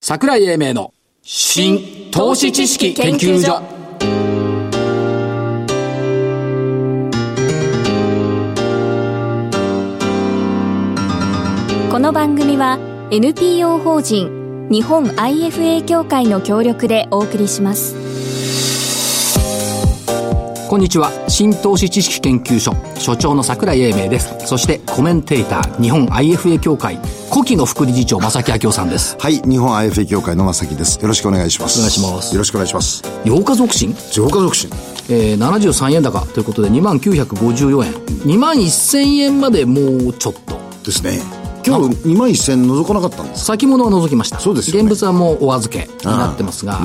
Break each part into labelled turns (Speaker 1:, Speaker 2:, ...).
Speaker 1: 桜井英明の新投資知識研究所
Speaker 2: この番組は NPO 法人日本 IFA 協会の協力でお送りします
Speaker 1: こんにちは新投資知識研究所所長の桜井英明ですそしてコメンテーター日本 IFA 協会古希の副理事長正木明夫さんです
Speaker 3: はい、日本 IFA 協会の正木です。よろしくお願いします。
Speaker 1: お願いします
Speaker 3: よろしくお願いします。
Speaker 1: 8日促進、
Speaker 3: 浄化促進。
Speaker 1: えー、73円高ということで2万954円2万1000円までもうちょっと
Speaker 3: ですね。今日2万1000覗かなかったんです。
Speaker 1: 先物は除きました
Speaker 3: そうですよね
Speaker 1: 現物はもうお預けになってますが、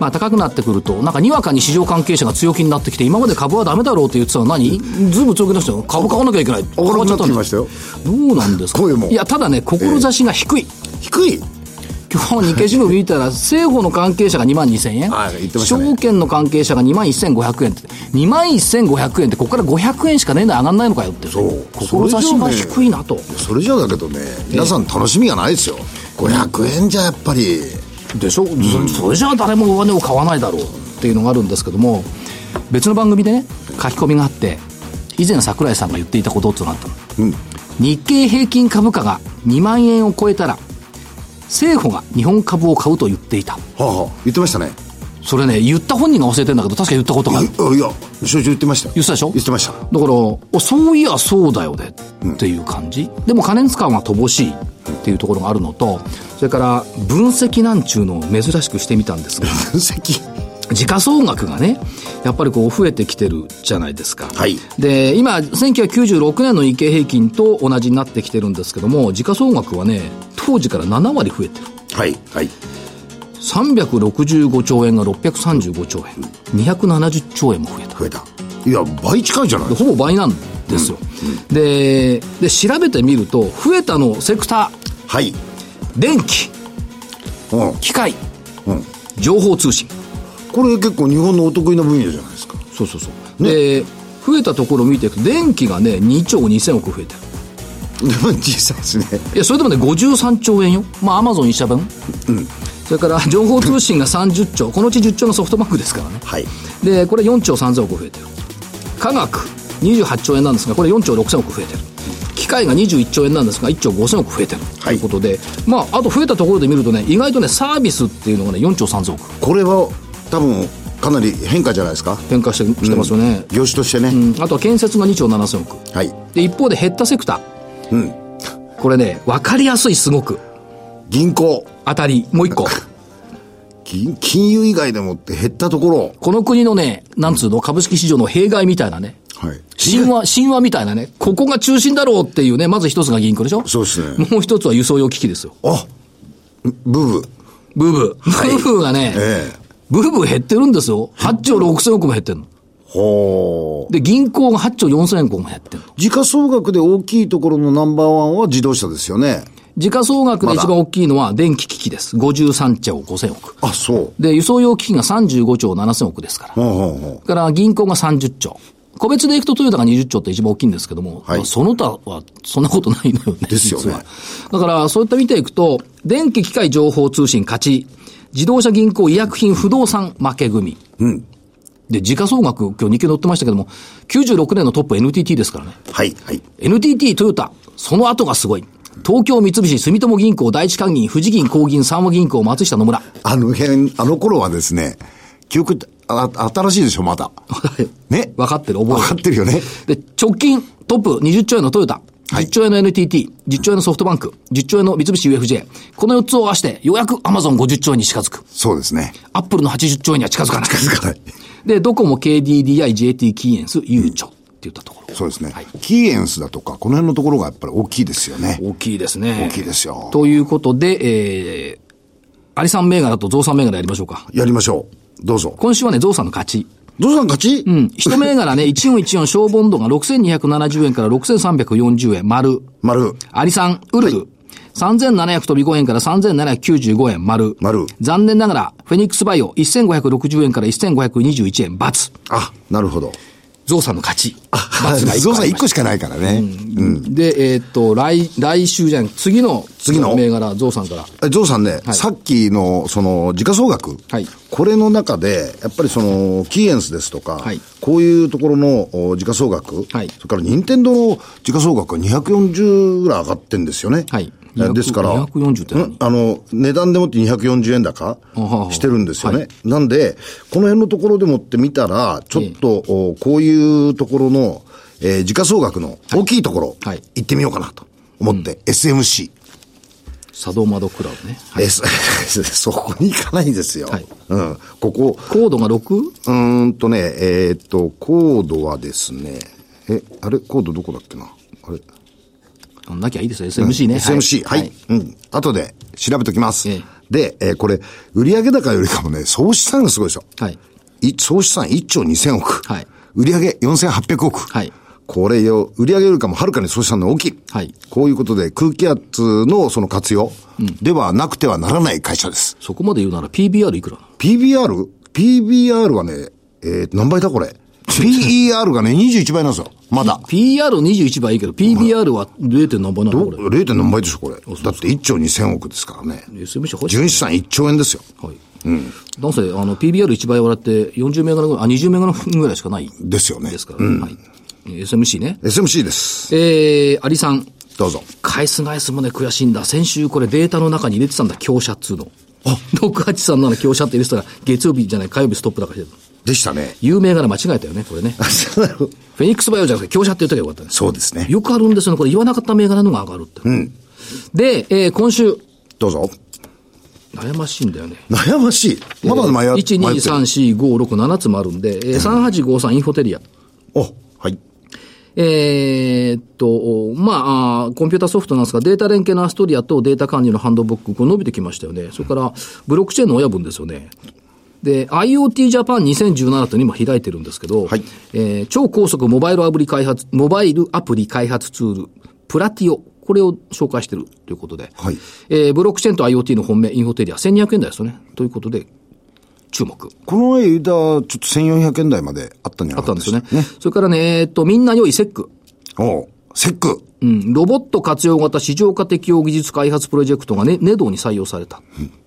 Speaker 1: まあ、高くなってくるとなんかにわかに市場関係者が強気になってきて今まで株はダメだろうって言ってたの何ずいぶん強気でしたよ株買わなきゃいけない上
Speaker 3: 上がらなくなってきましたよ
Speaker 1: どうなんですか
Speaker 3: 声も
Speaker 1: いやただね志が低い、
Speaker 3: 低い
Speaker 1: 今日日経新聞見たら政府の関係者が2万2000円、
Speaker 3: はい言ってましたね
Speaker 1: 証券の関係者が2万1500円って2万1500円ってここから500円しか年内上がんないのかよって
Speaker 3: そう
Speaker 1: 志が低いなと
Speaker 3: それじゃだけどね、皆さん楽しみがないですよ。500円じゃやっぱり。
Speaker 1: でしょ、そそれじゃあ誰も上値を買わないだろうっていうのがあるんですけども別の番組でね書き込みがあって以前桜井さんが言っていたことっていうのがあったの、日経平均株価が2万円を超えたら政府が日本株を買うと言っていた
Speaker 3: はあ、はあ、言ってましたね。
Speaker 1: それね言った本人が忘れてんだけど確か言ったことがある
Speaker 3: いいや、所長言ってましたよ。
Speaker 1: 言ってたでしょ
Speaker 3: 言ってました。
Speaker 1: だからおそういやそうだよねっていう感じ、でも過熱感は乏しいっていうところがあるのとそれから分析なんちゅうのを珍しくしてみたんですが
Speaker 3: 分析。
Speaker 1: 時価総額がね、やっぱりこう増えてきてるじゃないですか。
Speaker 3: はい
Speaker 1: で、今、1996年の日経平均と同じになってきてるんですけども、時価総額はね、当時から7割増えてる。
Speaker 3: はい、はい。
Speaker 1: 365兆円が635兆円。270兆円も増えた。
Speaker 3: 増えた。いや、倍近いじゃない
Speaker 1: でほぼ倍なんですよ。で、で、調べてみると、増えたのセクター、
Speaker 3: はい。
Speaker 1: 電気、
Speaker 3: うん。
Speaker 1: 機械、
Speaker 3: うん。
Speaker 1: 情報通信。
Speaker 3: これ結構日本のお得意な分野じゃないですか。
Speaker 1: そうそうそう。で、増えたところを見ていくと、電気がね、2兆2000億増えてる。
Speaker 3: でも小さいですね。
Speaker 1: いやそれでもね53兆円よまあアマゾン1社分、それから 情報通信が30兆このうち10兆のソフトバンクですからね
Speaker 3: はい。
Speaker 1: でこれ4兆3000億増えてる科学28兆円なんですがこれ4兆6000億増えてる機械が21兆円なんですが1兆5000億増えてる、
Speaker 3: はい
Speaker 1: ということでまああと増えたところで見るとね意外とねサービスっていうのがね4兆3000億
Speaker 3: これは多分かなり変化じゃないですか。
Speaker 1: 変化してきてますよね、
Speaker 3: 業種としてね。
Speaker 1: うんあとは建設が2兆7000億
Speaker 3: はい。
Speaker 1: で一方で減ったセクター
Speaker 3: うん。
Speaker 1: これね分かりやすいすごく
Speaker 3: 銀行。
Speaker 1: 当たりもう一 個
Speaker 3: 金金融以外でもって減ったところ。
Speaker 1: この国のね、なんつうの、株式市場の弊害みたいなね、
Speaker 3: はい。
Speaker 1: 神話、神話みたいなね、ここが中心だろうっていうね、まず一つが銀行でしょ
Speaker 3: そうですね。
Speaker 1: もう一つは輸送用機器ですよ。
Speaker 3: あブーブ
Speaker 1: ブーブー。ブーブーがね、
Speaker 3: ええ
Speaker 1: ブーブー減ってるんですよ。8兆6千億も減ってるの。
Speaker 3: ほう。
Speaker 1: で、銀行が8兆4千億も減ってるの。
Speaker 3: 時価総額で大きいところのナンバーワンは自動車ですよね。
Speaker 1: 時価総額で
Speaker 3: まだ
Speaker 1: 一番大きいのは電気機器です。53兆5千億。
Speaker 3: あ、そう。
Speaker 1: で、輸送用機器が35兆7千億ですから。
Speaker 3: ほうほうほ
Speaker 1: それから銀行が30兆。個別でいくとトヨタが20兆って一番大きいんですけども、
Speaker 3: はい
Speaker 1: まあその他はそんなことないのよね。
Speaker 3: ですよね
Speaker 1: 実は。だから、そういった見ていくと、電気機械情報通信勝ち、自動車銀行医薬品不動産負け組。で、時価総額、今日日経載ってましたけども、96年のトップ NTT ですからね。
Speaker 3: う。はい、はい。
Speaker 1: NTT トヨタ、その後がすごい。東京三菱住友銀行第一関銀富士銀行銀三和銀行松下野村。
Speaker 3: あの辺、あの頃はですね、記憶って、あ、新しいでしょ、まだ。ね。
Speaker 1: 分かってる、覚えてる。
Speaker 3: わかってるよね。
Speaker 1: で、直近トップ20兆円のトヨタ、
Speaker 3: はい
Speaker 1: 10兆円の NTT、10兆円のソフトバンク、10兆円の三菱 UFJ。この4つを合わせて、ようやくアマゾン50兆円に近づく。
Speaker 3: そうですね。
Speaker 1: アップルの80兆円には近づかない。
Speaker 3: 気づかない。
Speaker 1: で、ドコモ、KDDI、JT、キーエンス、ゆうちょって言ったところ。
Speaker 3: そうですね
Speaker 1: はい。
Speaker 3: キーエンスだとか、この辺のところがやっぱり大きいですよね。
Speaker 1: 大きいですね。
Speaker 3: 大きいですよ
Speaker 1: ということで、えー、アリさん銘柄とゾウさん銘柄やりましょうか。
Speaker 3: やりましょう。どうぞ。
Speaker 1: 今週はね、ゾウさんの勝ち。
Speaker 3: どうさん勝ちう
Speaker 1: うん。一銘柄ね、1414小ボンドが6270円から6340円、丸。
Speaker 3: 丸。
Speaker 1: アリさん、ウルル。3700飛び5円から3795円、丸。
Speaker 3: 丸
Speaker 1: 残念ながら、フェニックスバイオ、1560円から1521円、×。
Speaker 3: あ、なるほど。
Speaker 1: ゾウさんの勝ち。
Speaker 3: はい
Speaker 1: 罰が一個
Speaker 3: ゾウさん
Speaker 1: あり
Speaker 3: 1
Speaker 1: ま
Speaker 3: 個
Speaker 1: し
Speaker 3: しかないからね。
Speaker 1: たで、えーっと、来、来週じゃん、次の、
Speaker 3: 次の
Speaker 1: 銘柄、ゾウさんから。
Speaker 3: えゾウさんね、
Speaker 1: はい
Speaker 3: さっきの、その、時価総額、
Speaker 1: はい
Speaker 3: これの中で、やっぱりその、キーエンスですとか、
Speaker 1: はい
Speaker 3: こういうところのお時価総額、
Speaker 1: はい
Speaker 3: それから任天堂の時価総額が240ぐらい上がってんですよね。
Speaker 1: はい
Speaker 3: えですから、
Speaker 1: 240って
Speaker 3: う
Speaker 1: 何
Speaker 3: んあの、値段でもって240円高
Speaker 1: あはは
Speaker 3: してるんですよね。
Speaker 1: はい
Speaker 3: なんで、この辺のところでもって見たら、ちょっと、おこういうところの、えー時価総額の大きいところ、
Speaker 1: はい
Speaker 3: 行ってみようかなと思って、SMC。
Speaker 1: サドマドクラブね。
Speaker 3: えそ そこに行かないんですよ。
Speaker 1: はい
Speaker 3: うん。ここ、
Speaker 1: コードが 6?
Speaker 3: うーんとね、えーっと、コードはですね、え、あれコードどこだっけなあれ
Speaker 1: なきゃいいですよ、SMC ね。
Speaker 3: SMC。はい。うん。後で調べときます。
Speaker 1: ええ
Speaker 3: で、えーこれ、売上高よりかもね、総資産がすごいでしょ。
Speaker 1: はい。
Speaker 3: い総資産1兆2000億。
Speaker 1: はい
Speaker 3: 売上4800億。
Speaker 1: はい
Speaker 3: これよ、売上よりかもはるかに総資産の大きい。
Speaker 1: はい
Speaker 3: こういうことで、空気圧のその活用ではなくてはならない会社です。
Speaker 1: そこまで言うなら PBR いくら
Speaker 3: PBR?PBR はね、えー、何倍だこれ ?PER がね、21倍なんですよ。まだ。
Speaker 1: ?PR21 倍いいけど、PBR は 0. 何倍なのこれ。
Speaker 3: 0. 何倍でしょ、これ。だって1兆2000億ですからね。
Speaker 1: SMC 入って
Speaker 3: 純資産1兆円ですよ。
Speaker 1: はい。なんせ、あの、PBR1 倍笑って40銘柄ぐらい、あ、20銘柄ぐらいしかない
Speaker 3: ですよね
Speaker 1: で。すから、はい。SMC ね。
Speaker 3: SMC です。
Speaker 1: えー、アリさん。
Speaker 3: どうぞ。
Speaker 1: 返す返すもね、悔しいんだ。先週これデータの中に入れてたんだ、強者っつうの。6837強者って入れてたら、月曜日じゃない、火曜日ストップだからしてた。
Speaker 3: でしたね。
Speaker 1: 有名柄間違えたよね、これね。フェニックスバイオじゃなくて、強者って言っときゃよかったね。
Speaker 3: そうですね。
Speaker 1: よくあるんですよね。これ言わなかった銘柄のが上がるって。で、えー今週、
Speaker 3: どうぞ。
Speaker 1: 悩ましいんだよね。
Speaker 3: 悩ましい。まだ迷
Speaker 1: えー
Speaker 3: う。
Speaker 1: 1、2、
Speaker 3: 迷ってる。
Speaker 1: 3、4、5、6、7つもあるんで、えー3853インフォテリア。
Speaker 3: お、はい。
Speaker 1: えーっと、まああー、コンピュータソフトなんですが、データ連携のアストリアとデータ管理のハンドブック、これ伸びてきましたよね。それから、ブロックチェーンの親分ですよね。で、IoT ジャパン2017というのを今開いてるんですけど、
Speaker 3: はい
Speaker 1: えー超高速モバイルアプリ開発、モバイルアプリ開発ツール、プラティオ。これを紹介してるということで、
Speaker 3: はい
Speaker 1: えーブロックチェーンと IoT の本命、インフォテリア、1200円台ですよね。ということで、注目。
Speaker 3: この間、ちょっと1400円台まであったんじゃ
Speaker 1: あ
Speaker 3: な
Speaker 1: った
Speaker 3: か
Speaker 1: ん
Speaker 3: っ
Speaker 1: で
Speaker 3: た
Speaker 1: すよね。それからね、えーっと、みんな良いセック。
Speaker 3: おセック。
Speaker 1: うん、ロボット活用型市場化適用技術開発プロジェクトがね、ネドに採用されたっ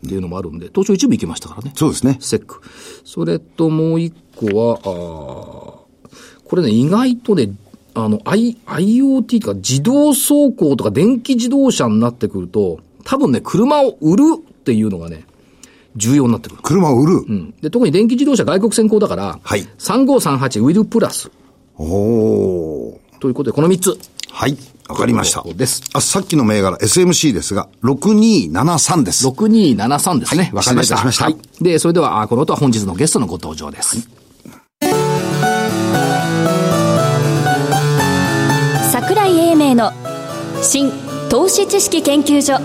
Speaker 1: ていうのもあるんで、東証一部行きましたからね。
Speaker 3: そうですね。
Speaker 1: セック。それともう一個は、あーこれね、意外とね、あの、I、IoT とか自動走行とか電気自動車になってくると、多分ね、車を売るっていうのがね、重要になってくる。
Speaker 3: 車を売る。
Speaker 1: うん。で、特に電気自動車外国先行だから、
Speaker 3: はい
Speaker 1: 3538ウィルプラス
Speaker 3: おー。
Speaker 1: ということで、この3つ。
Speaker 3: はい。わかりました
Speaker 1: そう。です。
Speaker 3: あ、さっきの銘柄 SMC ですが、6273です。
Speaker 1: 6273ですね。わ、かりました。
Speaker 3: 失礼いたしました
Speaker 1: はい。で、それでは、あこの後は本日のゲストのご登場です。
Speaker 2: 桜井英明の新投資知識研究所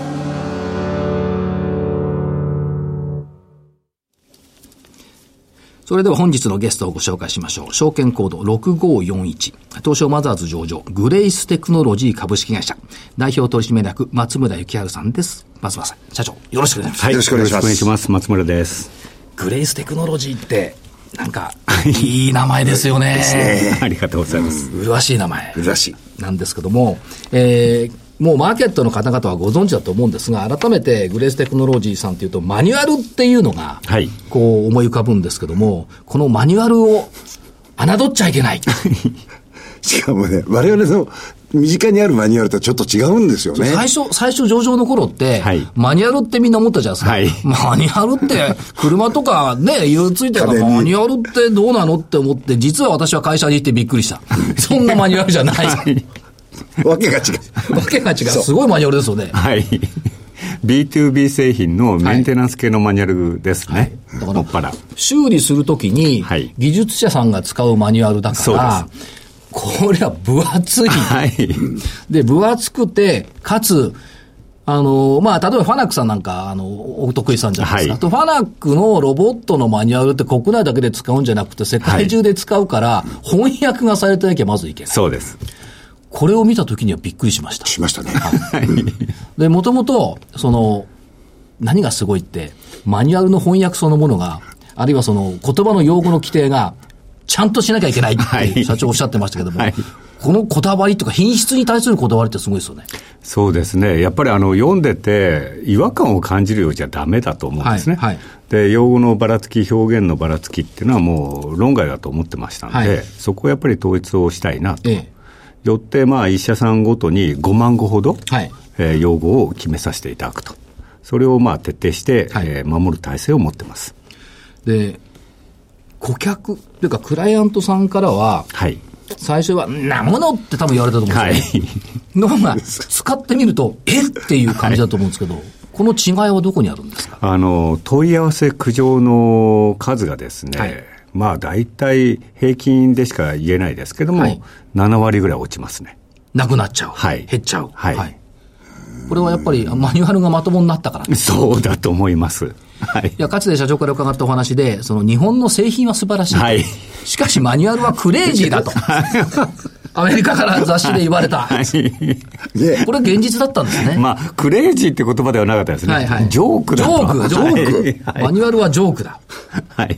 Speaker 1: それでは本日のゲストをご紹介しましょう。証券コード6541、東証マザーズ上場、グレイステクノロジー株式会社、代表取締役、松村幸春さんです。松村さん、社長、よろしくお願いします。
Speaker 4: はい、
Speaker 3: よろしくお願いします
Speaker 4: 松村です。
Speaker 1: グレイステクノロジーって、なんか、いい名前ですよね。
Speaker 4: ありがとうございます。
Speaker 1: 麗しい名前。
Speaker 3: 珍しい。
Speaker 1: なんですけども、えーもうマーケットの方々はご存知だと思うんですが、改めてグレーステクノロジーさんというと、マニュアルっていうのが、
Speaker 4: はい
Speaker 1: こう思い浮かぶんですけども、このマニュアルを侮っちゃいけない。
Speaker 3: しかもね、我々の身近にあるマニュアルとはちょっと違うんですよね。
Speaker 1: 最初、最初上場の頃って、
Speaker 4: はい
Speaker 1: マニュアルってみんな思ったじゃないですか。マニュアルって、車とかね、色々ついてるから、
Speaker 3: 壁に
Speaker 1: マニュアルってどうなのって思って、実は私は会社に行ってびっくりした。そんなマニュアルじゃない。
Speaker 3: わけが違
Speaker 1: わけが違う。すごいマニュアルですよね。
Speaker 4: はい。B2B 製品のメンテナンス系のマニュアルですね。
Speaker 1: だから
Speaker 4: もっぱら。
Speaker 1: 修理するときに
Speaker 4: はい、
Speaker 1: 技術者さんが使うマニュアルだから、これは分厚い。
Speaker 4: はい。
Speaker 1: で、分厚くて、かつ、あの、まあ、例えばファナックさんなんか、あの、お得意さんじゃないですか。
Speaker 4: はい
Speaker 1: とファナックのロボットのマニュアルって国内だけで使うんじゃなくて、世界中で使うから、翻訳がされてなきゃまずいけない。
Speaker 4: そうです。
Speaker 1: これを見たときにはびっくりしました
Speaker 3: う。。 しましたね。
Speaker 1: で、もともと、その、何がすごいって、マニュアルの翻訳そのものが、あるいはその言葉の用語の規定が、ちゃんとしなきゃいけないって社長おっしゃってましたけども、
Speaker 4: はい
Speaker 1: このこだわりとか品質に対するこだわりってすごいですよね。
Speaker 4: そうですね、やっぱりあの読んでて、違和感を感じるようじゃだめだと思うんですね、
Speaker 1: はいはい
Speaker 4: で用語のばらつき、表現のばらつきっていうのは、もう論外だと思ってましたんで、
Speaker 1: はい
Speaker 4: そこはやっぱり統一をしたいなと、
Speaker 1: ええ
Speaker 4: よって、まあ、一社さんごとに5万語ほど、
Speaker 1: はい
Speaker 4: えー用語を決めさせていただくと、それをまあ徹底して、
Speaker 1: はい
Speaker 4: えー守る体制を持ってます。
Speaker 1: で、顧客というかクライアントさんからは、
Speaker 4: はい、
Speaker 1: 最初は、んなものって多分言われたと思うん
Speaker 4: はい
Speaker 1: ですよ、ね。の方が、使ってみると、えっていう感じだと思うんですけど、この違いはどこにあるんですか
Speaker 4: あの問い合わせ苦情の数がですね、
Speaker 1: はい
Speaker 4: まあ大体平均でしか言えないですけども、
Speaker 1: はい
Speaker 4: 7割ぐらい落ちますね。
Speaker 1: なくなっちゃう。
Speaker 4: はい
Speaker 1: 減っちゃう。
Speaker 4: はい
Speaker 1: これはやっぱり、マニュアルがまともになったから。い
Speaker 4: そうだと思います。はい。
Speaker 1: や、かつて社長から伺ったお話で、その日本の製品は素晴らしい。
Speaker 4: はい
Speaker 1: しかしマニュアルはクレイジー だと。アメリカから雑誌で言われた。
Speaker 4: はい。
Speaker 3: ね
Speaker 1: これ現実だったんですね。
Speaker 4: まあ、クレイジーって言葉ではなかったですね。
Speaker 1: はいはい。
Speaker 4: ジョークだ
Speaker 1: ジ
Speaker 4: と
Speaker 1: ョークだ、ジョーク。
Speaker 4: はい。
Speaker 1: マニュアルはジョークだ。
Speaker 4: はい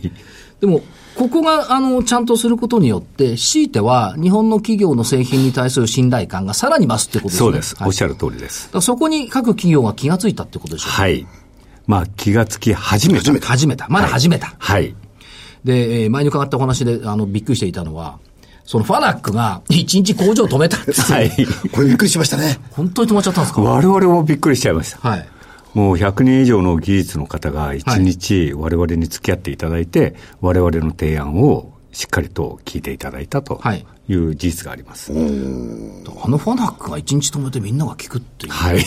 Speaker 1: でも、ここが、あの、ちゃんとすることによって、強いては、日本の企業の製品に対する信頼感がさらに増すってことですね。
Speaker 4: そうです。
Speaker 1: はい
Speaker 4: おっしゃる通りです
Speaker 1: だ。からそこに各企業が気がついたってことでしょうか。
Speaker 4: はい。まあ、気がつき始めた。
Speaker 1: 始めた。まだ始めた。
Speaker 4: はい。
Speaker 1: で、えー前に伺ったお話で、あの、びっくりしていたのは、そのファナックが 一日工場を止めた って、
Speaker 4: はい。
Speaker 3: これびっくりしましたね。
Speaker 1: 本当に止まっちゃったんですか
Speaker 4: 我々もびっくりしちゃいました。
Speaker 1: はい。
Speaker 4: もう100人以上の技術の方が一日我々に付き合っていただいて、我々の提案をしっかりと聞いていただいたと
Speaker 1: はい
Speaker 4: いう事実があります。
Speaker 1: あのファナックが一日止めてみんなが聞くっていう。
Speaker 4: はい。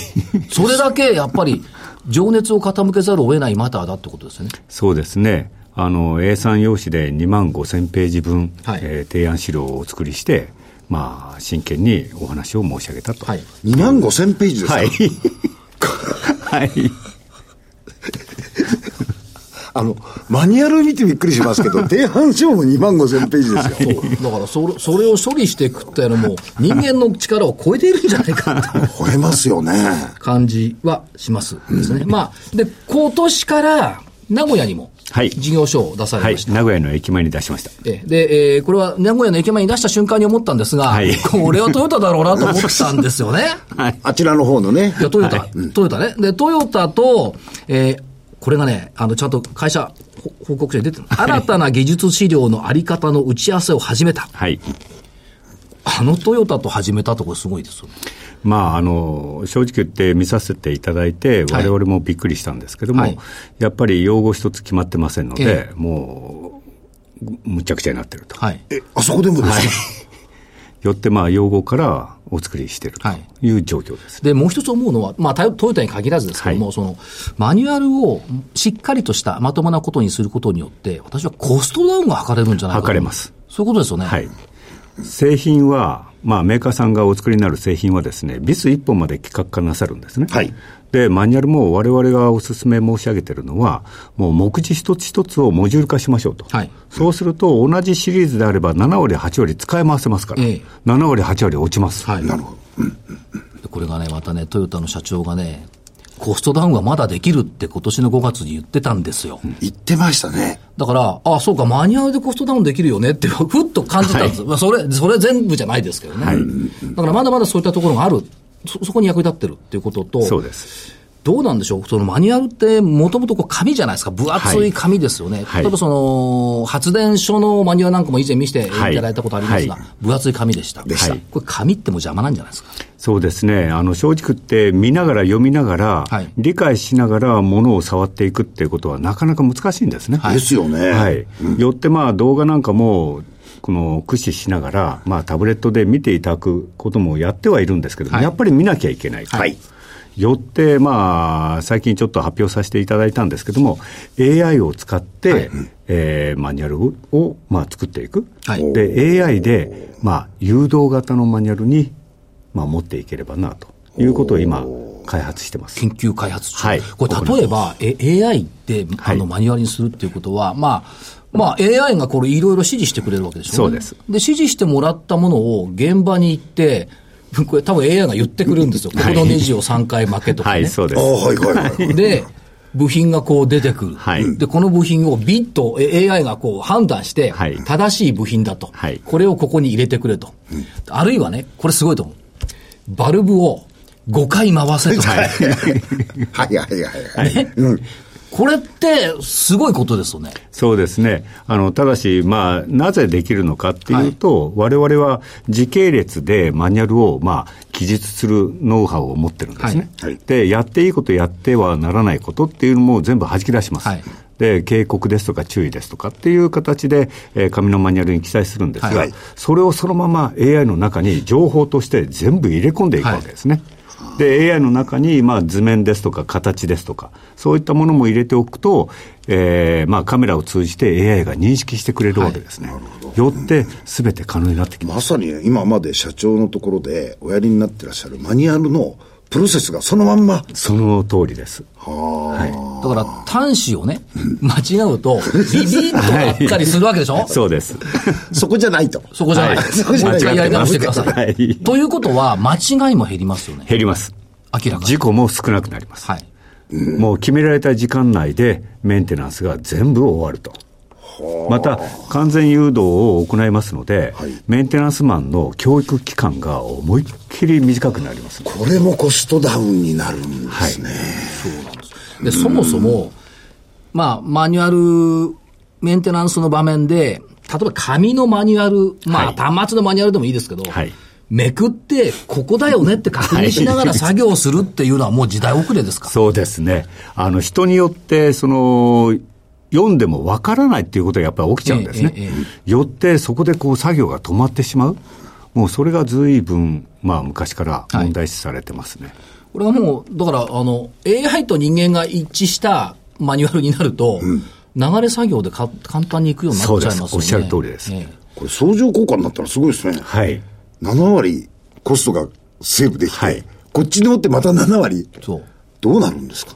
Speaker 1: それだけ、やっぱり、情熱を傾けざるを得ないマターだってことですよね。
Speaker 4: そうですね。あの、A3 用紙で2万5千ページ分、
Speaker 1: はい
Speaker 4: えー提案資料をお作りして、まあ、真剣にお話を申し上げたと。
Speaker 1: はい。
Speaker 3: 2万5千ページですか、
Speaker 4: はい。 はい。
Speaker 3: あの、マニュアル見てびっくりしますけど、低半書も2万5千ページです
Speaker 1: だ
Speaker 3: よ。
Speaker 1: からそれ、それを処理していくっていうのも、人間の力を超えているんじゃないかっていう
Speaker 3: 吠えますよね。
Speaker 1: 感じはしますですね。まあ、で、今年から、名古屋にも、
Speaker 4: はい
Speaker 1: 事業所を出さ
Speaker 4: は
Speaker 1: れ
Speaker 4: い
Speaker 1: まし。た。
Speaker 4: 名古屋の駅前に出しました。
Speaker 1: ええで、えーこれは名古屋の駅前に出した瞬間に思ったんですが、
Speaker 4: はい
Speaker 1: これはトヨタだろうなと思ったんですよ ね。
Speaker 3: あちらの方のね
Speaker 1: い。や、トヨタ、トヨタね。で、トヨタと、えーこれがね、あの、ちゃんと会社、ほ報告書に出てる。新たな技術資料のあり方の打ち合わせを始めた。
Speaker 4: はい。
Speaker 1: あのトヨタと始めたとこすごいですよね。
Speaker 4: まあ、あの正直言って見させていただいて、
Speaker 1: は
Speaker 4: 我
Speaker 1: い
Speaker 4: 々もびっくりしたんですけども、
Speaker 1: はい
Speaker 4: やっぱり用語一つ決まってませんので
Speaker 1: え、
Speaker 4: もうむむちゃくちゃになってると、
Speaker 1: はい。
Speaker 3: え、あそこでもですか、
Speaker 4: よって、まあ、用語からお作りしていると
Speaker 1: はい
Speaker 4: いう状況です。
Speaker 1: で、もう一つ思うのは、まあ、タヨトヨタに限らずですけども、
Speaker 4: はい
Speaker 1: その、マニュアルをしっかりとしたまともなことにすることによって、私はコストダウンが図れるんじゃないかと
Speaker 4: 図れます。
Speaker 1: そういうことですよね。
Speaker 4: はい製品は、まあ、メーカーさんがお作りになる製品はですね、ビス1本まで企画化なさるんですね。
Speaker 3: はい
Speaker 4: で、マニュアルも我々がお勧め申し上げてるのは、もう目次一つ一つをモジュール化しましょうと。
Speaker 1: はい
Speaker 4: そうすると、同じシリーズであれば7割、8割使い回せますから、
Speaker 1: ええ
Speaker 4: 7割、8割落ちます。
Speaker 1: はい。なるほど。これがね、またね、トヨタの社長がね、コストダウンはまだできるって今年の5月に言ってたんですよ。
Speaker 3: 言ってましたね。
Speaker 1: だから、ああ、そうか、マニュアルでコストダウンできるよねって、ふっと感じたんです。まあそれ、それ全部じゃないですけどね。だからまだまだそういったところがある。そ、そこに役立ってるっていうことと、
Speaker 4: そうです。
Speaker 1: どうなんでしょう、そのマニュアルって、もともとこう紙じゃないですか、分厚い紙ですよね、
Speaker 4: はい
Speaker 1: 例えばその発電所のマニュアルなんかも以前見せていただいたことありますが、
Speaker 4: はいはい
Speaker 1: 分厚い紙でした、
Speaker 3: でした
Speaker 1: はいこれ、紙ってもう邪魔なんじゃないですか、
Speaker 4: そうですね。あの、正直言って見ながら読みながら、
Speaker 1: はい
Speaker 4: 理解しながらものを触っていくっていうことはなかなか難しいんですね。
Speaker 3: ですよね。
Speaker 4: はい。よってまあ動画なんかも、この駆使しながら、まあタブレットで見ていただくこともやってはいるんですけども、
Speaker 1: はい
Speaker 4: やっぱり見なきゃいけない。
Speaker 3: はい。
Speaker 4: よってまあ最近ちょっと発表させていただいたんですけども、AI を使って、えーマニュアルを、まあ、作っていく。
Speaker 1: はい
Speaker 4: で、AI で、まあ、誘導型のマニュアルに、まあ、持っていければな、ということを今、開発してます。
Speaker 1: 研究開発中、
Speaker 4: はい
Speaker 1: これ、例えばえ AI ってあ
Speaker 4: はい
Speaker 1: のマニュアルにするっていうことは、まあ、まあ、AI がこれ、いろいろ指示してくれるわけでしょ、ね、
Speaker 4: そうです
Speaker 1: で、指示してもらったものを現場に行って、 これ、多分 AI が言ってくるんですよ、ここのネジを3回負けとかね。
Speaker 4: はい、そうで
Speaker 3: ああ、
Speaker 4: す。
Speaker 3: はいはいはい。
Speaker 1: で、部品がこう出てくる。
Speaker 4: はい
Speaker 1: で、この部品をビッとえ AI がこう判断して
Speaker 4: はい、
Speaker 1: 正しい部品だと、
Speaker 4: はい
Speaker 1: これをここに入れてくれと。あるいはね、これすごいと思う。バルブを5回回せとか。
Speaker 3: はいはいはいはい。
Speaker 1: ね これってすごいことですよね。
Speaker 4: そうですね。あの、ただし、まあ、なぜできるのかっていうと、我々は時系列でマニュアルを、まあ、記述するノウハウを持ってるんですね。
Speaker 3: はいはい
Speaker 4: で、やっていいこと、やってはならないことっていうのも全部弾き出します。
Speaker 1: はい
Speaker 4: で、警告ですとか注意ですとかっていう形で、えー紙のマニュアルに記載するんですが、
Speaker 1: はい
Speaker 4: それをそのまま AI の中に情報として全部入れ込んでいくわけですね。で AI の中に、まあ、図面ですとか形ですとかそういったものも入れておくと、えーまあ、カメラを通じて AI が認識してくれるわけですね、よって全て可能になってきます、
Speaker 3: まさに今まで社長のところでおやりになってらっしゃるマニュアルのプロセスがそのまんま。
Speaker 4: その通りです
Speaker 1: だから端子をね、間違うと、ビビッとなったりするわけでしょ、
Speaker 4: そうです
Speaker 3: そこじゃないと。
Speaker 1: そこじゃない。
Speaker 3: はい
Speaker 1: もう一回やり直してください。
Speaker 4: 間違ってます
Speaker 1: ということは、間違いも減りますよね。
Speaker 4: 減ります
Speaker 1: 明らかに。
Speaker 4: 事故も少なくなります、
Speaker 1: はい。
Speaker 4: もう決められた時間内でメンテナンスが全部終わると。また完全誘導を行いますので、メンテナンスマンの教育期間が思いっきり短くなります、
Speaker 3: これもコストダウンになるんですね。
Speaker 1: で、そもそも、まあ、マニュアル、メンテナンスの場面で、例えば紙のマニュアル、まあ、端末のマニュアルでもいいですけど、
Speaker 4: はい
Speaker 1: めくって、ここだよねって確認しながら作業するっていうのはもう時代遅れですか
Speaker 4: そうですねあの人によってその読んでもわからないっていうことがやっぱり起きちゃうんですね、
Speaker 1: えええ
Speaker 4: よってそこでこう作業が止まってしまうもうそれが随分まあ昔から問題視されてますね、
Speaker 1: これはもう、だから、あの、AI と人間が一致したマニュアルになると、流れ作業でか簡単にいくようになっちゃいますよね。
Speaker 4: そうですおっしゃる通りです
Speaker 1: ええ
Speaker 3: これ相乗効果になったらすごいですね。
Speaker 4: はい
Speaker 3: 7割コストがセーブできて、
Speaker 4: はい
Speaker 3: こっちにおってまた7割。
Speaker 1: そう。
Speaker 3: どうなるんですか、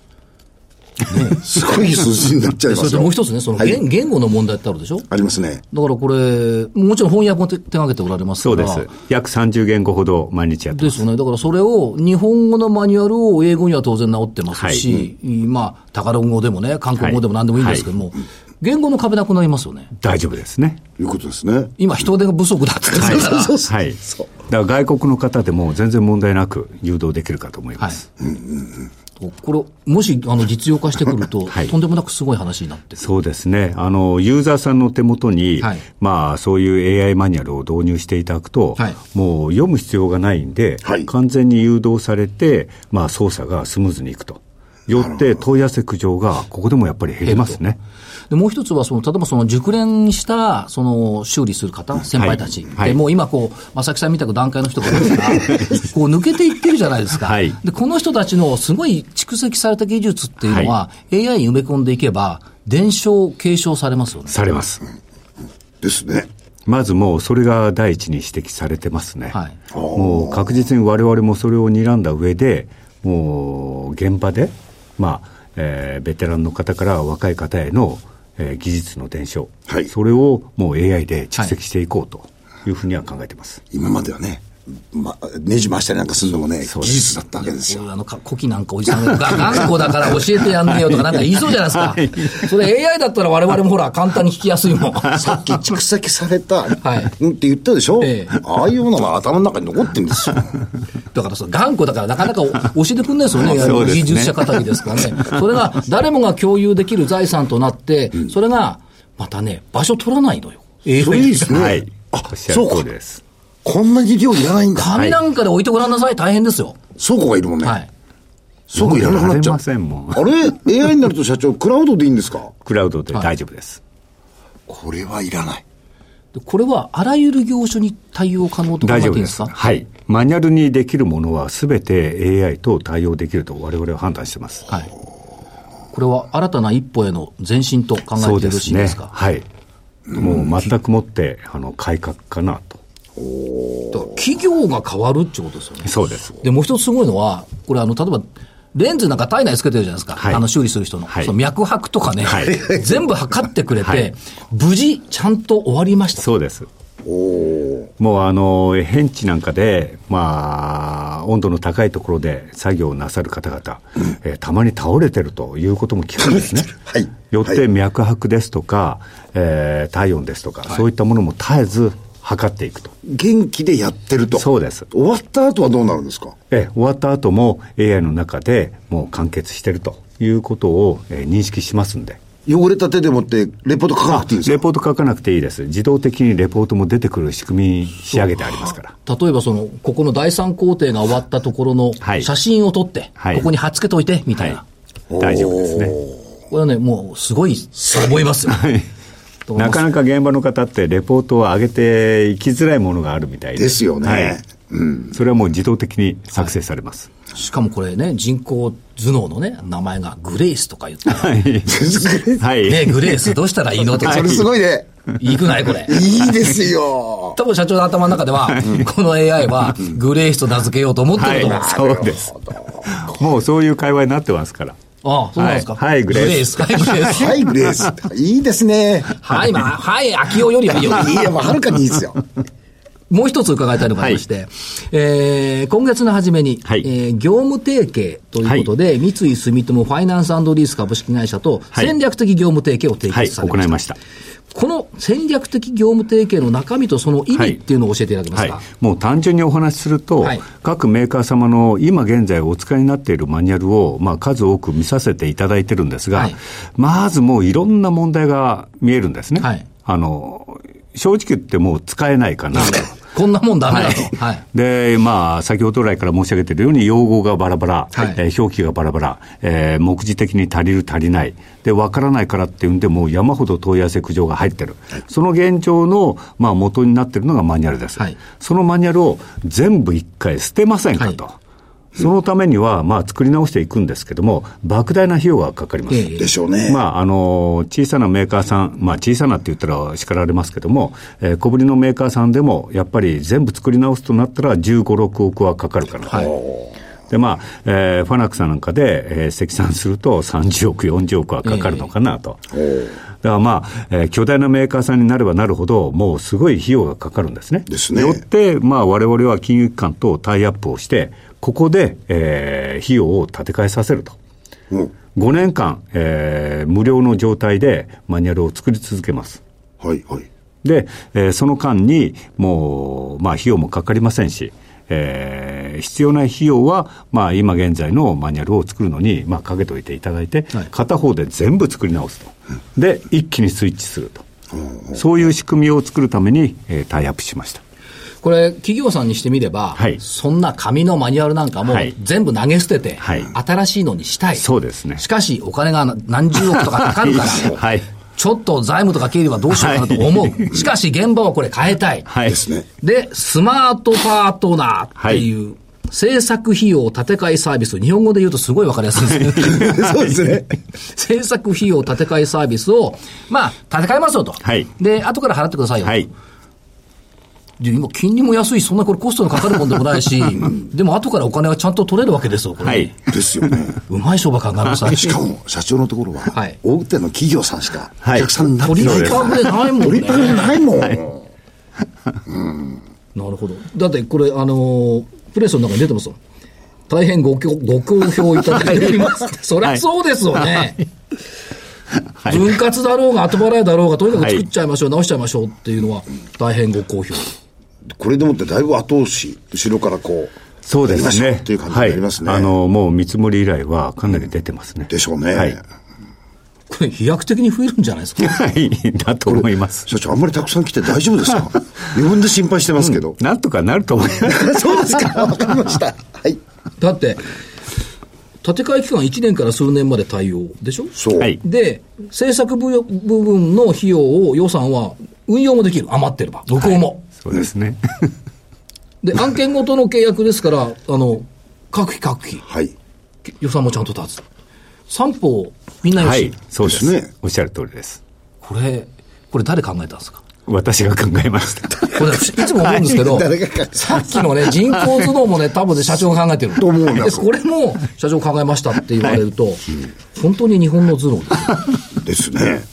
Speaker 3: すごい数字になっちゃい
Speaker 1: でそ
Speaker 3: ま
Speaker 1: れ
Speaker 3: す
Speaker 1: と
Speaker 3: よ。
Speaker 1: もう一つね、その、
Speaker 3: はい
Speaker 1: 言言語の問題ってあるでしょだか
Speaker 3: ありますね。
Speaker 1: らこれ、もちろん翻訳も手手掛けておられます
Speaker 4: そ
Speaker 1: か
Speaker 4: うで
Speaker 1: ら。
Speaker 4: す約30言語ほど毎日やって
Speaker 1: で
Speaker 4: ます
Speaker 1: すよね。だからそれを、日本語のマニュアルを英語には当然直ってますし、まあ、高論語でもね、韓国語でも何でもいいんですけども、言語の壁なくなりますよね。
Speaker 4: 大丈夫ですね
Speaker 3: いうことですね。
Speaker 1: 今、人手が不足だって言ってますから、
Speaker 3: そうそう
Speaker 4: はい。
Speaker 3: そう
Speaker 4: だから外国の方でも全然問題なく誘導できるかと思います。
Speaker 1: これ、もしあの実用化してくると、
Speaker 4: はい
Speaker 1: とんでもなくすごい話になってくる
Speaker 4: そうですね。あの、ユーザーさんの手元に、
Speaker 1: はい
Speaker 4: まあ、そういう AI マニュアルを導入していただくと、
Speaker 1: はい
Speaker 4: もう読む必要がないんで、
Speaker 3: はい
Speaker 4: 完全に誘導されて、まあ、操作がスムーズにいくと。よって、問い合わせ苦情が、ここでもやっぱり減りますね。
Speaker 1: でもう一つはその、例えばその熟練したその修理する方、先輩たち、
Speaker 4: はい
Speaker 1: でもう今こう、正木さんみたく段階の人が多い から、こう抜けていってるじゃないですか、
Speaker 4: はい
Speaker 1: で、この人たちのすごい蓄積された技術っていうのは、AI に埋め込んでいけば、伝承、継承されますよね。
Speaker 4: されます。
Speaker 3: ですね。
Speaker 4: まずもうそれが第一に指摘されてますね、
Speaker 1: はい
Speaker 4: もう確実に我々もそれを睨んだ上で、もう現場で、まあえーベテランの方から若い方への、えー技術の伝承、
Speaker 3: はい
Speaker 4: それをもう AI で蓄積していこうというふうには考えてます。
Speaker 3: 今まではね、ま、ネジ回したりなんかするのもね、技術だったわけです
Speaker 1: こうい
Speaker 3: よ。
Speaker 1: うあの、か古希なんかおじさんが、が頑固だから教えてやんねえよとかなんか言いそうじゃないですか。それ AI だったら我々もほら、簡単に聞きやすいもん。
Speaker 3: さっき蓄積された、
Speaker 1: はい
Speaker 3: うんって言ったでしょ、
Speaker 1: ええ
Speaker 3: ああいうのが頭の中に残ってるんですよ。
Speaker 1: だからその頑固だからなかなかお教えてくんないですよね、
Speaker 4: そうですね
Speaker 1: 技術者敵ですからね。それが誰もが共有できる財産となって、それがまたね、場所取らないのよ。
Speaker 3: それいいですね。
Speaker 4: はい、
Speaker 3: あ
Speaker 4: おっ、しゃる
Speaker 3: そう
Speaker 4: 通
Speaker 3: か
Speaker 4: り。です。
Speaker 3: こんなに量いらないんだ。
Speaker 1: 紙なんかで置いてごらんなさい、大変ですよ。
Speaker 3: 倉庫がいるもんね。
Speaker 1: はい。
Speaker 3: 倉庫いらなくなっちゃ
Speaker 4: 読んでられませんもん
Speaker 3: う。あれ ?AI になると社長、クラウドでいいんですか
Speaker 4: クラウドで大丈夫です。
Speaker 3: これはいらない。
Speaker 1: でこれはあらゆる業種に対応可能と考え
Speaker 4: 大
Speaker 1: ていいん
Speaker 4: 丈夫で
Speaker 1: です
Speaker 4: す。
Speaker 1: か
Speaker 4: はい。マニュアルにできるものは全て AI と対応できると我々は判断してます。
Speaker 1: はい。これは新たな一歩への前進と考えてよろしいですか
Speaker 4: はい。もう全くもって、あの、改革かなと。
Speaker 1: だから企業が変わるってことですよね。
Speaker 4: そうです。
Speaker 1: で、もう一つすごいのは、これあの、例えば、レンズなんか体内つけてるじゃないですか。
Speaker 4: はい
Speaker 1: あの、修理する人の。
Speaker 4: はい
Speaker 1: その脈拍とかね、
Speaker 4: はい
Speaker 1: 全部測ってくれて、
Speaker 4: はい
Speaker 1: 無事、ちゃんと終わりました。
Speaker 4: そうです。もうあの、変地なんかで、まあ、まあ、温度の高いところで作業をなさる方々、えーたまに倒れてるということも聞くんですね。
Speaker 3: はい
Speaker 4: よって脈拍ですとか、えー体温ですとか、そういったものも絶えず測っていくと。
Speaker 3: 元気でやってると。
Speaker 4: そうです
Speaker 3: 終わった後はどうなるんですか
Speaker 4: えー終わった後も AI の中でもう完結してるということを、えー認識しますんで。
Speaker 3: 汚れた手で持って、レポート書かなくていいんです
Speaker 4: レ
Speaker 3: か
Speaker 4: ポート書かなくていいです。自動的にレポートも出てくる仕組みに仕上げてありますから。
Speaker 1: 例えばその、ここの第三工程が終わったところの
Speaker 4: はい
Speaker 1: 写真を撮って、
Speaker 4: はい
Speaker 1: ここに貼っつけといて、みたいな。
Speaker 4: 大丈夫ですね。
Speaker 1: これはね、もうすごい、思いますよ。と思い
Speaker 4: な
Speaker 1: ます
Speaker 4: かなか現場の方って、レポートを上げていきづらいものがあるみたいで
Speaker 3: ですよね
Speaker 4: はいそれはもう自動的に作成されます。
Speaker 1: しかもこれね、人工頭脳のね、名前がグレイスとか言って、
Speaker 4: はい。は い。
Speaker 1: ね、グレイスどうしたらいいのって、
Speaker 3: それすごいね。
Speaker 1: いくないこ れ。
Speaker 3: いいですよ。
Speaker 1: 多分社長の頭の中では、この AI はグレイスと名付けようと思ってると思う。
Speaker 4: はい、 そうです。もうそういう会話になってますから。
Speaker 1: ああ、そうなんですか。
Speaker 4: はいはいグレイス
Speaker 1: グレイス。はい、グレイス。
Speaker 3: はい、グレース。いいですね。
Speaker 1: はい、まあ、はい、秋夫よりはいいよ。
Speaker 3: いや、まあ、はるかにいいですよ。
Speaker 1: もう一つ伺いたいのがありまして、えー今月の初めに、
Speaker 4: はい
Speaker 1: えー業務提携ということで、三井住友ファイナンスリース株式会社と
Speaker 4: はい
Speaker 1: 戦略的業務提携を提
Speaker 4: はい、
Speaker 1: 出されました。
Speaker 4: 行いました。
Speaker 1: この戦略的業務提携の中身とその意味っていうのを教えていただけますか。
Speaker 4: はい、もう単純にお話しすると、
Speaker 1: はい
Speaker 4: 各メーカー様の今現在お使いになっているマニュアルを、まあ、数多く見させていただいてるんですが、
Speaker 1: はい
Speaker 4: まずもういろんな問題が見えるんですね。
Speaker 1: はい
Speaker 4: あの正直言ってもう使えないかなと。
Speaker 1: こんなもんダメだと。はい。
Speaker 4: で、まあ、先ほど来から申し上げているように、用語がバラバラ、
Speaker 1: はい
Speaker 4: えー表記がバラバラ、えー目次的に足りる、足りない、で、わからないからっていうんで、もう山ほど問い合わせ苦情が入ってる、その現状の、まあ、元になってるのがマニュアルです。
Speaker 1: はい
Speaker 4: そのマニュアルを全部一回捨てませんかと。
Speaker 1: は
Speaker 4: そのためには、まあ、作り直していくんですけども、莫大な費用がかかります。
Speaker 1: ええ
Speaker 3: でしょうね。
Speaker 4: まあ、あの小さなメーカーさん、まあ、小さなって言ったら叱られますけども、えー小ぶりのメーカーさんでも、やっぱり全部作り直すとなったら、15、6億はかかるかなと。でまあえーファナックさんなんかで、えー積算すると30億、40億はかかるのかなと、だからまあ、えー巨大なメーカーさんになればなるほど、もうすごい費用がかかるんですね。
Speaker 3: ですね
Speaker 4: よって、まあ、我々は金融機関とタイアップをして、ここで、えー費用を立て替えさせると。
Speaker 3: うん
Speaker 4: 5年間、えー無料の状態でマニュアルを作り続けます。
Speaker 3: はい、はい。
Speaker 4: で、えーその間に、もう、まあ、費用もかかりませんし、えー必要な費用は、まあ、今現在のマニュアルを作るのに、まあ、かけといていただいて、
Speaker 1: はい
Speaker 4: 片方で全部作り直すと。で、一気にスイッチすると。そういう仕組みを作るために、えータイアップしました。
Speaker 1: これ、企業さんにしてみれば、
Speaker 4: はい
Speaker 1: そんな紙のマニュアルなんかも
Speaker 4: はい
Speaker 1: 全部投げ捨てて、
Speaker 4: はい
Speaker 1: 新しいのにしたい。
Speaker 4: そうですね
Speaker 1: しかし、お金が何十億とかかかるから、
Speaker 4: はい。
Speaker 1: ちょっと財務とか経理はどうしようかなと思う。
Speaker 4: はい
Speaker 1: しかし、現場はこれ変えたい。
Speaker 4: はい。
Speaker 3: ですね。
Speaker 1: で、スマートパートナーっていう、制作費用立て替えサービス、日本語で言うとすごいわかりやすいですね。
Speaker 3: そうですね。
Speaker 1: 制作費用立て替えサービスを、まあ、立て替えますよと。
Speaker 4: はい
Speaker 1: で、後から払ってくださいよ。
Speaker 4: はい。
Speaker 1: で今、金利も安いし、そんなこれコストのかかるもんでもないし、でも後からお金はちゃんと取れるわけですよ、これ。
Speaker 4: はい。
Speaker 3: ですよね。
Speaker 1: うまい商売考えましたね。
Speaker 3: しかも、社長のところは
Speaker 1: はい、
Speaker 3: 大手の企業さんしか、お
Speaker 4: はい
Speaker 3: 客さんになって
Speaker 1: 取り
Speaker 3: ない
Speaker 1: 替え
Speaker 3: です。
Speaker 1: パークでないもんね。
Speaker 3: 取り替えないもん。
Speaker 1: なるほど。だってこれ、あのープレスの中に出てますよ。大変ごきょ ご好評いただいております。そりゃそうですよね。
Speaker 4: はい
Speaker 1: 分割だろうが後払いだろうが、とにかく
Speaker 4: はい
Speaker 1: 作っちゃいましょう、直しちゃいましょうっていうのは、大変ご好評。
Speaker 3: これでもってだいぶ後押し、後ろからこう、
Speaker 4: そうで
Speaker 3: やりますしょ
Speaker 4: ね。
Speaker 3: という感じになりますね。
Speaker 4: はい、あの、もう見積もり以来はかなり出てますね。
Speaker 3: でしょうね。
Speaker 4: はい。
Speaker 1: これ、飛躍的に増えるんじゃないですか。
Speaker 4: はい、だと思います。
Speaker 3: 社長、あんまりたくさん来て大丈夫ですか自分で心配してますけど。
Speaker 4: なんとかなると思いま す。
Speaker 3: そうですか。わかりました。はい。
Speaker 1: だって、建て替え期間1年から数年まで対応でしょ
Speaker 3: そう。
Speaker 4: はい
Speaker 1: で、制作部部分の費用を、予算は運用もできる。余ってれば。録音も。
Speaker 4: そうですね。
Speaker 1: で、案件ごとの契約ですから、あの、各費各費、
Speaker 3: はい。
Speaker 1: 予算もちゃんと立つ。三方、みんなよし。
Speaker 4: はい、そうです
Speaker 3: ですね
Speaker 4: おっしゃる通りです。
Speaker 1: これ、これ誰考えたんですか
Speaker 4: 私が考えました。
Speaker 1: これ、いつも思うんですけど、
Speaker 3: 誰が考えた
Speaker 1: さっきのね、人工頭脳もね、多分ね、社長が考えてる。
Speaker 3: と思うな
Speaker 1: でこれも、社長考えましたって言われると、本当に日本の頭脳ですね。
Speaker 3: ですね。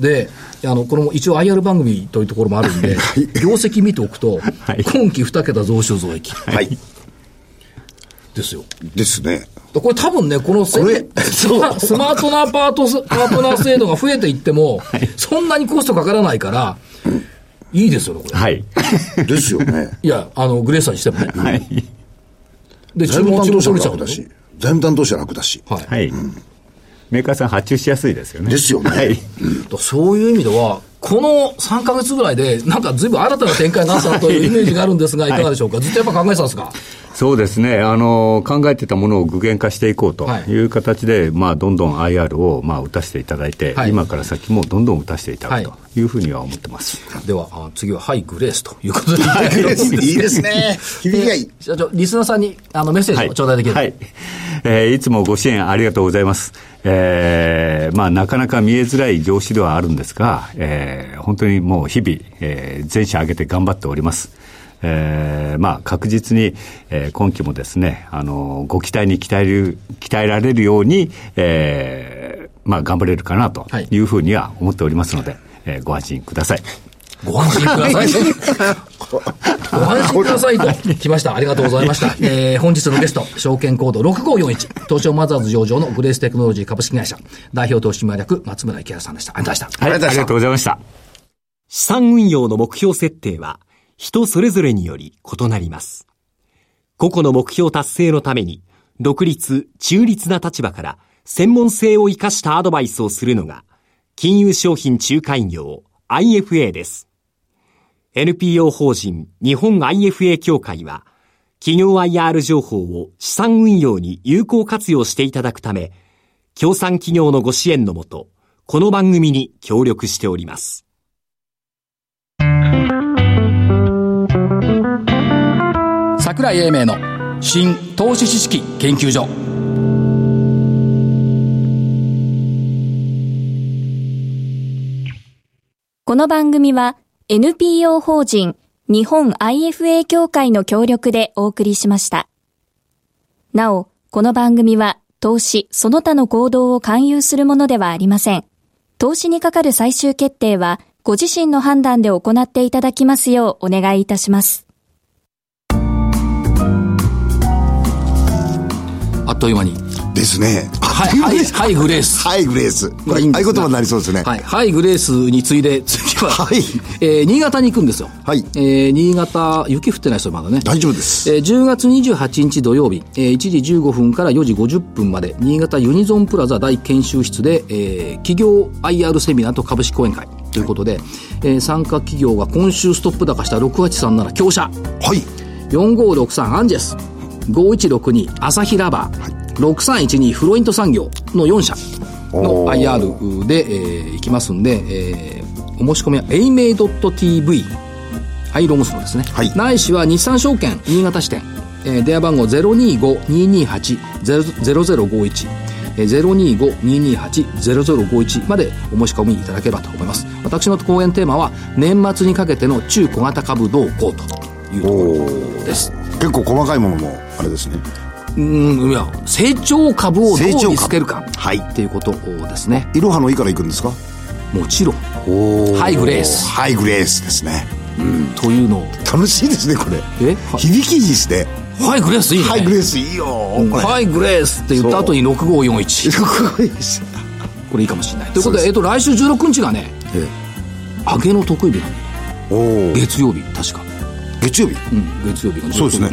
Speaker 1: で、あの、これも一応 IR 番組というところもあるんで、業績見ておくと
Speaker 4: はい、
Speaker 1: 今期2桁増収増益。
Speaker 3: はい。
Speaker 1: ですよ。
Speaker 3: ですね。
Speaker 1: これ多分ね、このせ
Speaker 3: これ
Speaker 1: スマスマートなパートス、パートナー制度が増えていっても、そんなにコストかからないから、いいですよね、こ れ。
Speaker 4: はい。
Speaker 3: ですよね。
Speaker 1: いや、あの、グレーさんにしてもね。
Speaker 4: はい。
Speaker 1: で、
Speaker 3: 財
Speaker 1: 注
Speaker 3: 務
Speaker 1: 文
Speaker 3: 担
Speaker 1: 注
Speaker 3: 当
Speaker 1: 文
Speaker 3: 者
Speaker 1: 取
Speaker 3: は
Speaker 1: れちゃう
Speaker 3: 楽
Speaker 1: ん
Speaker 3: だ
Speaker 1: だ
Speaker 3: し
Speaker 1: し。、
Speaker 3: 財務担当者は楽だし。
Speaker 1: はい。
Speaker 4: はい。メーカーさん発注しやすいですよね。
Speaker 3: ですよね
Speaker 4: はい。
Speaker 1: とそういう意味では、この3か月ぐらいで、なんかずいぶん新たな展開になったなというイメージがあるんですが、いかがでしょうか、ずっとやっぱ考えてたんですか、
Speaker 4: そうですね、あの考えてたものを具現化していこうと
Speaker 1: はい
Speaker 4: いう形で、まあ、どんどん IR を、まあ、打たせていただいて、
Speaker 1: はい
Speaker 4: 今から先もどんどん打たせていただく
Speaker 1: は
Speaker 4: というふうには思ってます。
Speaker 1: では、あ次は、はい、グレースということで、
Speaker 3: いいですね。響きがいい。
Speaker 1: 社長、リスナーさんにあのメッセージ を頂戴できる、
Speaker 4: はい。はいえーいつもご支援ありがとうございます。えーまあ、なかなか見えづらい業種ではあるんですが、えー本当にもう日々、えー全社挙げて頑張っております。えーまあ、確実に、えー今期もですね、あの、ご期待に鍛える、鍛えられるように、えーまあ、頑張れるかなと
Speaker 1: はい
Speaker 4: いうふうには思っておりますので、えーご安心ください。
Speaker 1: ご安心ください。ご安心くださいと、来ました。ありがとうございました。えー、本日のゲスト、証券コード6541、東証マザーズ上場のグレーステクノロジー株式会社、代表投資戦略、松村幸原さんでした。ありがとうございました。
Speaker 4: はい、ありがとうございました。
Speaker 5: 資産運用の目標設定は人それぞれにより異なります。個々の目標達成のために独立、中立な立場から専門性を生かしたアドバイスをするのが金融商品仲介業 IFA です。NPO 法人日本 IFA 協会は企業 IR 情報を資産運用に有効活用していただくため、協賛企業のご支援のもと、この番組に協力しております。
Speaker 1: 桜井英明の新投資知識研究所
Speaker 2: この番組は NPO 法人日本 IFA 協会の協力でお送りしました。なお、この番組は投資その他の行動を勧誘するものではありません。投資にかかる最終決定はご自身の判断で行っていただきますようお願いいたします。
Speaker 1: あっという間に
Speaker 3: ですね。
Speaker 1: はいはいはいグレース
Speaker 3: はい、グレース。これ、
Speaker 1: いいん
Speaker 3: 合
Speaker 1: です
Speaker 3: 言
Speaker 1: が
Speaker 3: 葉になりそうですね。
Speaker 1: はい、はい、グレースに次いで次は、
Speaker 3: はい
Speaker 1: えー新潟に行くんですよ
Speaker 3: はい
Speaker 1: えー新潟雪降ってない人まだね
Speaker 3: 大丈夫です。
Speaker 1: えー10月28日土曜日、えー1時15分から4時50分まで新潟ユニゾンプラザ大研修室で、えー企業 IR セミナーと株式講演会ということで、えー参加企業が今週ストップ高した6837強者
Speaker 3: はい。
Speaker 1: 4563アンジェス5162アサヒラバー、6312フロイント産業の4社の
Speaker 3: おー
Speaker 1: IR で、えーいきますんで、えーお申し込みは aimei.tv ハイロムスのですね、
Speaker 3: はい
Speaker 1: ないしは日産証券新潟支店、えー電話番号025-228-0051えー025-228-0051までお申し込みいただければと思います私の講演テーマは年末にかけての中小型株動向というところです
Speaker 3: 結構細かいものも、あれですね。
Speaker 1: うんいや成長株をどう
Speaker 3: 成長株
Speaker 1: 見つけるか
Speaker 3: はい
Speaker 1: っていうことですね
Speaker 3: いろはのいから行くんですか
Speaker 1: もちろん
Speaker 3: お
Speaker 1: はいグレース
Speaker 3: はい、グレースですね。
Speaker 1: というのを
Speaker 3: 楽しいですね、これ。
Speaker 1: え
Speaker 3: 響きいいですね。
Speaker 1: はいグレースいいね
Speaker 3: はい、グレースいいよ。これ。
Speaker 1: はいグレースって言った後に6541
Speaker 3: すごいです。
Speaker 1: これいいかもしれないということ
Speaker 3: そう
Speaker 1: で
Speaker 3: です
Speaker 1: えっと来週16日がね
Speaker 3: え
Speaker 1: 上げの得意日なんだよ
Speaker 3: えおお。
Speaker 1: 月曜日確か
Speaker 3: 月曜日
Speaker 1: うん月曜日が16
Speaker 3: そうですね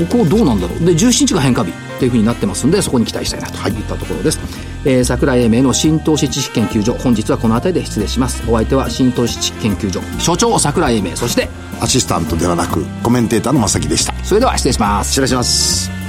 Speaker 1: うんここどうなんだろうで17日が変化日っていうふうになってますんでそこに期待したいなといったところです、えー桜井英明の新投資知識研究所本日はこの辺りで失礼しますお相手は新投資知識研究所所長桜井英明そして
Speaker 3: アシスタントではなくコメンテーターの正木でした
Speaker 1: それでは失礼します
Speaker 3: 失礼します